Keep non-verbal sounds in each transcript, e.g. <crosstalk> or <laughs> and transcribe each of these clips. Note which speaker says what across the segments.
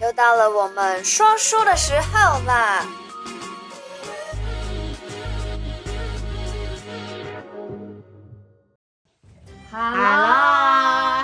Speaker 1: 又到了我们说书的时候啦！哈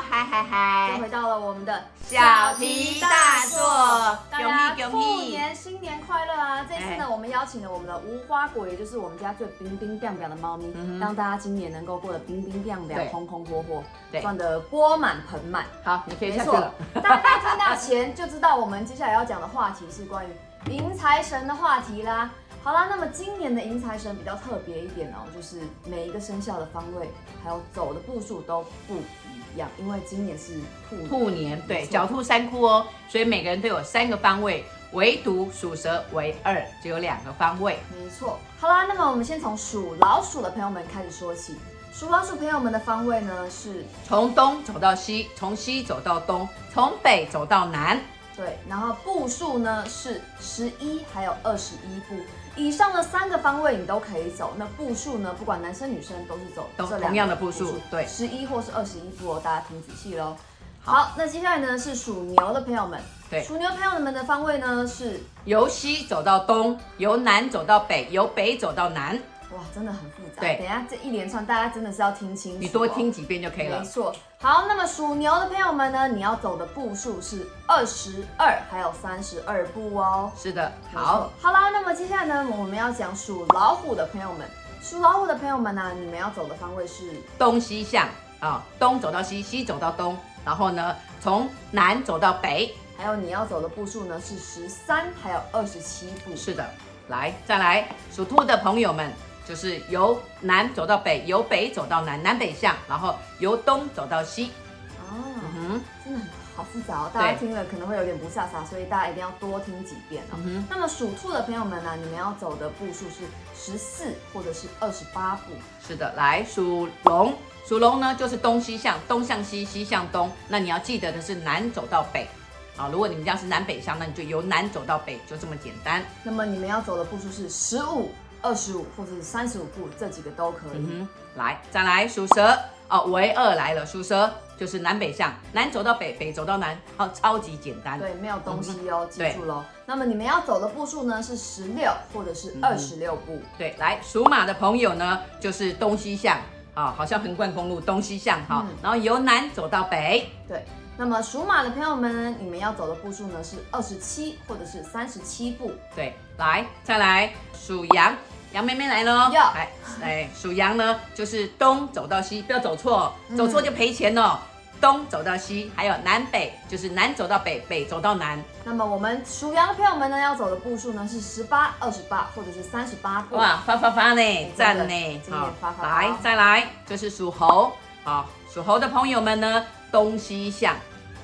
Speaker 2: Hello，嗨嗨
Speaker 1: 又回
Speaker 2: 嗨，
Speaker 1: 到了我们的
Speaker 2: 小题大做
Speaker 1: 大家
Speaker 2: 有屁有
Speaker 1: 兔
Speaker 2: 屁
Speaker 1: 年新年快乐啊！这次呢，
Speaker 2: 哎
Speaker 1: 我们邀请了我们的无花果，也就是我们家最冰冰亮亮的猫咪，
Speaker 2: 嗯哼
Speaker 1: 让大家今年能够过得冰冰亮亮、
Speaker 2: 对
Speaker 1: 红红火火，
Speaker 2: 对
Speaker 1: 赚得锅满盆满。
Speaker 2: 好，你可以
Speaker 1: 没
Speaker 2: 下去
Speaker 1: 错
Speaker 2: 了。，
Speaker 1: 大家听到钱就知道我们接下来要讲的话题是关于迎财神的话题啦。好啦，那么今年的迎财神比较特别一点哦，就是每一个生肖的方位还有走的步数都不一样，因为今年是兔年
Speaker 2: 兔年对，
Speaker 1: 没错
Speaker 2: 狡兔三窟哦，所以每个人都有三个方位，唯独属蛇为二，只有两个方位。
Speaker 1: 没错。好啦，那么我们先从属老鼠的朋友们开始说起。属老鼠朋友们的方位呢是
Speaker 2: 从东走到西，从西走到东，从北走到南。
Speaker 1: 对，然后步数呢是十一，还有二十一步。以上的三个方位你都可以走，那步数呢，不管男生女生都是走
Speaker 2: 都
Speaker 1: 这两
Speaker 2: 同样的
Speaker 1: 个
Speaker 2: 步数对
Speaker 1: 十一或是二十一步哦，大家听仔细喽。好，那接下来呢是属牛的朋友们，
Speaker 2: 对
Speaker 1: 属牛朋友们的方位呢是，
Speaker 2: 由西走到东，由南走到北，由北走到南。
Speaker 1: 哇，真的很复杂。
Speaker 2: 对
Speaker 1: 等一下这一连串大家真的是要听清楚、哦
Speaker 2: 你多听。几遍就可以
Speaker 1: 没
Speaker 2: 了。
Speaker 1: 错，好，那么属牛的朋友们呢，你要走的步数是二十二，还有三十二步哦。
Speaker 2: 是的，好
Speaker 1: 好。，好啦，那么接下来呢，我们要讲属老虎的朋友们，属老虎的朋友们呢、你们要走的方位是
Speaker 2: 东西向啊，东走到西，西走到东，然后呢，从南走到北。
Speaker 1: 还有你要走的步数呢是十三，还有二十七步。
Speaker 2: 是的，来，再来，属兔的朋友们，就是由南走到北，由北走到南，南北向，然后由东走到西。
Speaker 1: 啊，
Speaker 2: 嗯
Speaker 1: 真的很好复杂哦，大家
Speaker 2: 对
Speaker 1: 听了可能会有点不飒飒，所以大家一定要多听几遍哦。
Speaker 2: 嗯哼，
Speaker 1: 那么属兔的朋友们呢、你们要走的步数是十四或者是二十八步。
Speaker 2: 是的，来，属龙，属龙呢就是东西向，东向西，西向东。那你要记得的是南走到北。啊，如果你们家是南北向，那你就由南走到北，就这么简单。
Speaker 1: 那么你们要走的步数是十五、二十五或者是三十五步，这几个都可以。
Speaker 2: 嗯哼，来，再来属蛇哦，为二来了，属蛇就是南北向，南走到北，北走到南，哦，超级简单。
Speaker 1: 对，没有东西哦，记
Speaker 2: 嗯对
Speaker 1: 住喽。那么你们要走的步数呢是十六或者是二十六步。
Speaker 2: 对，来属马的朋友呢，就是东西向啊、好像横贯公路东西向哈、
Speaker 1: 嗯
Speaker 2: 然后由南走到北。
Speaker 1: 对，那么属马的朋友们呢，你们要走的步数呢是二十七或者是三十七步。
Speaker 2: 对，来，再来属羊，羊妹妹来喽。
Speaker 1: 哟
Speaker 2: 来，哎，属羊呢，就是东走到西，不要走错，
Speaker 1: 嗯
Speaker 2: 走错就赔钱哦。东走到西，还有南北，就是南走到北，北走到南。
Speaker 1: 那么我们属羊的朋友们呢，要走的步数呢是十八、二十八或者是三十八步。
Speaker 2: 哇，发发发呢
Speaker 1: 哎真，的
Speaker 2: 赞呢！
Speaker 1: 真的发发发
Speaker 2: 来再来，就是属猴啊，属猴的朋友们呢，东西向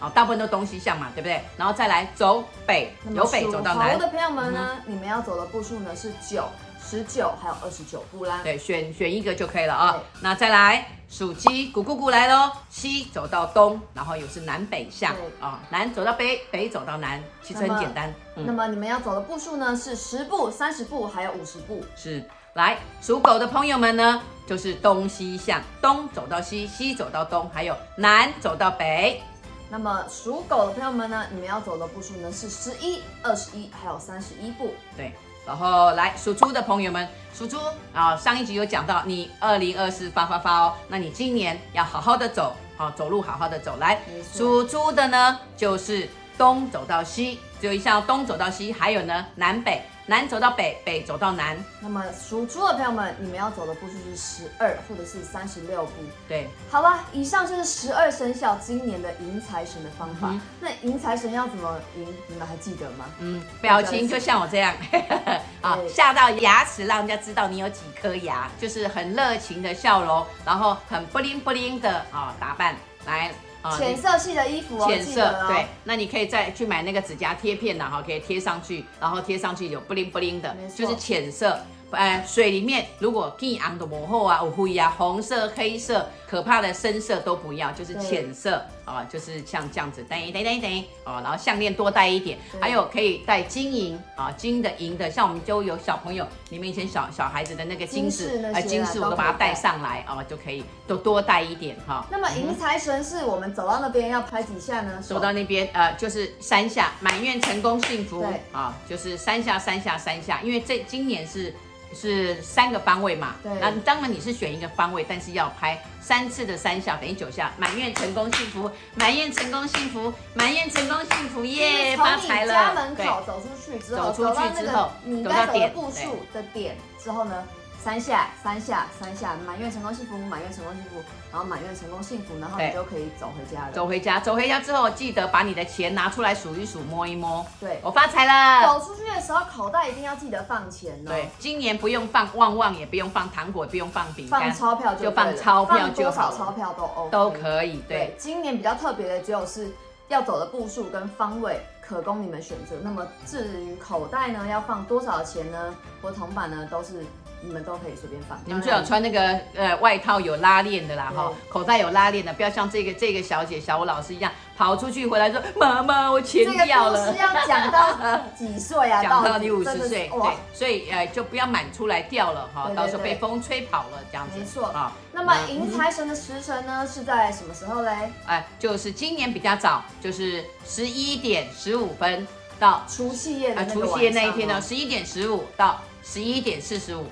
Speaker 2: 啊，大部分都东西向嘛，对不对？然后再来走北，
Speaker 1: 那么
Speaker 2: 由北走到
Speaker 1: 属
Speaker 2: 南嗯
Speaker 1: 猴，的朋友们呢，你们要走的步数呢是九、十九还有二十九步啦。
Speaker 2: 对，选选一个就可以了啊
Speaker 1: 对。
Speaker 2: 那再来属鸡，咕咕咕来喽，西走到东，然后又是南北向
Speaker 1: 对
Speaker 2: 啊，南走到北，北走到南，其
Speaker 1: 那
Speaker 2: 实很
Speaker 1: 么
Speaker 2: 简单。
Speaker 1: 那么你们要走的步数呢是十步、三十步还有五十步。
Speaker 2: 是。来，属狗的朋友们呢，就是东西向，东走到西，西走到东，还有南走到北。
Speaker 1: 那么属狗的朋友们呢，你们要走的步数呢是十一、二十一，还有三十一步。
Speaker 2: 对，然后来属猪的朋友们，属猪啊，上一集有讲到你二零二四发发发哦，那你今年要好好的走，好、走路好好的走。来
Speaker 1: 没，错
Speaker 2: 属猪的呢，就是东走到西，只有一项东走到西，还有呢南北，南走到北，北走到南。
Speaker 1: 那么属猪的朋友们，你们要走的步数是十二或者是三十六步。
Speaker 2: 对，
Speaker 1: 好啦，以上就是十二生肖今年的迎财神的方法。
Speaker 2: 嗯
Speaker 1: 那迎财神要怎么迎？你们还记得吗？
Speaker 2: 嗯，表情就像我这样， <laughs> 啊，
Speaker 1: 对
Speaker 2: 吓到牙齿，让人家知道你有几颗牙，就是很热情的笑容，然后很不灵不灵的啊打扮来啊。
Speaker 1: 浅
Speaker 2: 你
Speaker 1: 色系的衣服哦，
Speaker 2: 浅
Speaker 1: 记
Speaker 2: 色
Speaker 1: 得哦。
Speaker 2: 对，，那你可以再去买那个指甲贴片的哈，可以贴上去，然后贴上去有布灵布灵的
Speaker 1: 没，错
Speaker 2: 就是浅色。呃，水里面如果地昂的模后啊、有灰啊、红色、黑色，可怕的深色都不要，就是
Speaker 1: 对
Speaker 2: 浅色啊、就是像这样子，等一等等等啊，然后项链多戴一点，
Speaker 1: 对
Speaker 2: 还有可以戴金银啊、金的、银的，像我们就有小朋友，你们以前小小孩子的那个金
Speaker 1: 金饰
Speaker 2: 饰
Speaker 1: 那，些啊
Speaker 2: 呃，金饰
Speaker 1: 都
Speaker 2: 我
Speaker 1: 可
Speaker 2: 都
Speaker 1: 以
Speaker 2: 把它
Speaker 1: 戴
Speaker 2: 戴上来啊、就可以多多戴一点哈。
Speaker 1: 那么迎财神是我们走到那边要拍几下呢？
Speaker 2: 走到那边，呃，就是三下满愿成功幸福
Speaker 1: 对
Speaker 2: 啊，就是三下三下三下，因为这今年是是三个方位嘛，
Speaker 1: 对
Speaker 2: 那当然你是选一个方位，但是要拍三次的三下等于九下，满愿成功幸福，满愿成功幸福，满愿成功幸福耶，发
Speaker 1: 从
Speaker 2: 财
Speaker 1: 你
Speaker 2: 了，
Speaker 1: 家门
Speaker 2: 对
Speaker 1: 口走出去之后，
Speaker 2: 走出去
Speaker 1: 到那
Speaker 2: 之
Speaker 1: 个
Speaker 2: 后
Speaker 1: 你
Speaker 2: 走
Speaker 1: 该
Speaker 2: 到
Speaker 1: 走的
Speaker 2: 点
Speaker 1: 步数的点之后呢，三下三下三下，满愿成功幸福，满愿成功幸福，然后满愿成功幸福，然后你
Speaker 2: 对
Speaker 1: 就可以走回家了。
Speaker 2: 走回家，走回家之后记得把你的钱拿出来数一数，摸一摸，
Speaker 1: 对，
Speaker 2: 我发财了。
Speaker 1: 走出去的时候口袋一定要记得放钱哦，
Speaker 2: 对，今年不用放旺旺，也不用放糖果，也不用放饼
Speaker 1: 放
Speaker 2: 干，
Speaker 1: 钞票就对了
Speaker 2: 就放钞票就
Speaker 1: 放多
Speaker 2: 好了
Speaker 1: 少钞票都 OK，
Speaker 2: 都可以。对
Speaker 1: 对，，今年比较特别的只有是要走的步数跟方位可供你们选择。那么至于口袋呢，要放多少钱呢，或铜板呢，都是你们都可以随便放。
Speaker 2: 你们最
Speaker 1: 当然
Speaker 2: 好穿那个呃外套有拉链的啦，哈、
Speaker 1: 对
Speaker 2: 口袋有拉链的，不要像这个这个小姐小吴老师一样跑出去回来说妈妈我钱
Speaker 1: 这个
Speaker 2: 掉
Speaker 1: 故
Speaker 2: 了
Speaker 1: 事。要讲到几岁啊？
Speaker 2: <laughs> 讲到
Speaker 1: 底
Speaker 2: 你五
Speaker 1: 真
Speaker 2: 十
Speaker 1: 的是
Speaker 2: 岁，
Speaker 1: 哇
Speaker 2: 对！，所以呃就不要满出来掉了哈，
Speaker 1: 对对
Speaker 2: 到时候被
Speaker 1: 对
Speaker 2: 风吹跑了这样子。
Speaker 1: 没错
Speaker 2: 啊，
Speaker 1: 那么迎财神的时辰呢是在什么时候嘞？
Speaker 2: 哎、就是今年比较早，就是十一点十五分到
Speaker 1: 除夕夜的
Speaker 2: 啊
Speaker 1: 那个
Speaker 2: 除夕夜那一
Speaker 1: 晚
Speaker 2: 天呢，
Speaker 1: 上哦
Speaker 2: 十一点十五到十一点四十五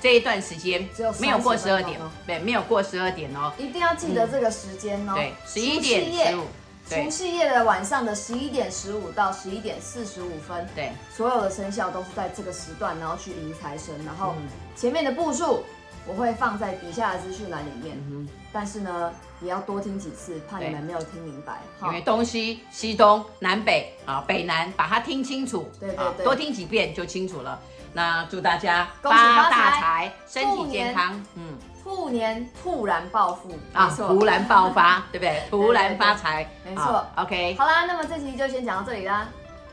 Speaker 2: 这一段时间
Speaker 1: 只有30
Speaker 2: 没有过十二
Speaker 1: 分钟
Speaker 2: 点
Speaker 1: 哦，
Speaker 2: 对，没有过十二点哦，
Speaker 1: 一定要记得这个时间哦。
Speaker 2: 嗯对，十一
Speaker 1: 除夕
Speaker 2: 点
Speaker 1: 夜
Speaker 2: 十五，对
Speaker 1: 除夕夜的晚上的十一点十五到十一点四十五分，
Speaker 2: 对。
Speaker 1: 所有的生肖都是在这个时段，然后去迎财神，然
Speaker 2: 嗯
Speaker 1: 后前面的步数我会放在底下的资讯栏里面，
Speaker 2: 嗯
Speaker 1: 但是呢，也要多听几次，怕你们没有听明白。
Speaker 2: 因为东西西东南北啊，北南，把它听清楚，
Speaker 1: 对对
Speaker 2: 啊
Speaker 1: 对
Speaker 2: 多听几遍就清楚了。那祝大家
Speaker 1: 恭喜发
Speaker 2: 发大
Speaker 1: 财
Speaker 2: 财，身
Speaker 1: 兔
Speaker 2: 体健
Speaker 1: 年
Speaker 2: 康，嗯
Speaker 1: 兔年突然暴富
Speaker 2: 啊，
Speaker 1: 没错
Speaker 2: 突然
Speaker 1: <laughs>
Speaker 2: 爆发，对不对？突
Speaker 1: 对
Speaker 2: 然
Speaker 1: 对
Speaker 2: 发财，
Speaker 1: 没
Speaker 2: 啊
Speaker 1: 错
Speaker 2: ，OK，
Speaker 1: 好啦，那么这集就先讲到这里啦，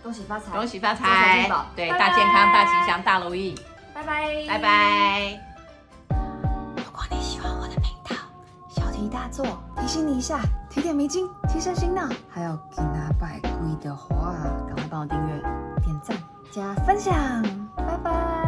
Speaker 1: 恭喜发财，
Speaker 2: 恭喜发
Speaker 1: 发财
Speaker 2: 财
Speaker 1: 进宝，
Speaker 2: 对，
Speaker 1: 拜
Speaker 2: 大健康、大
Speaker 1: 拜
Speaker 2: 吉祥、大如意，
Speaker 1: 拜拜，
Speaker 2: 拜。拜。
Speaker 3: 如果你喜欢我的频道，小题大做，提醒你一下，提点迷津，提升心脑。还有给他拜贵的话，赶快帮我订阅、点赞、加分享，拜拜。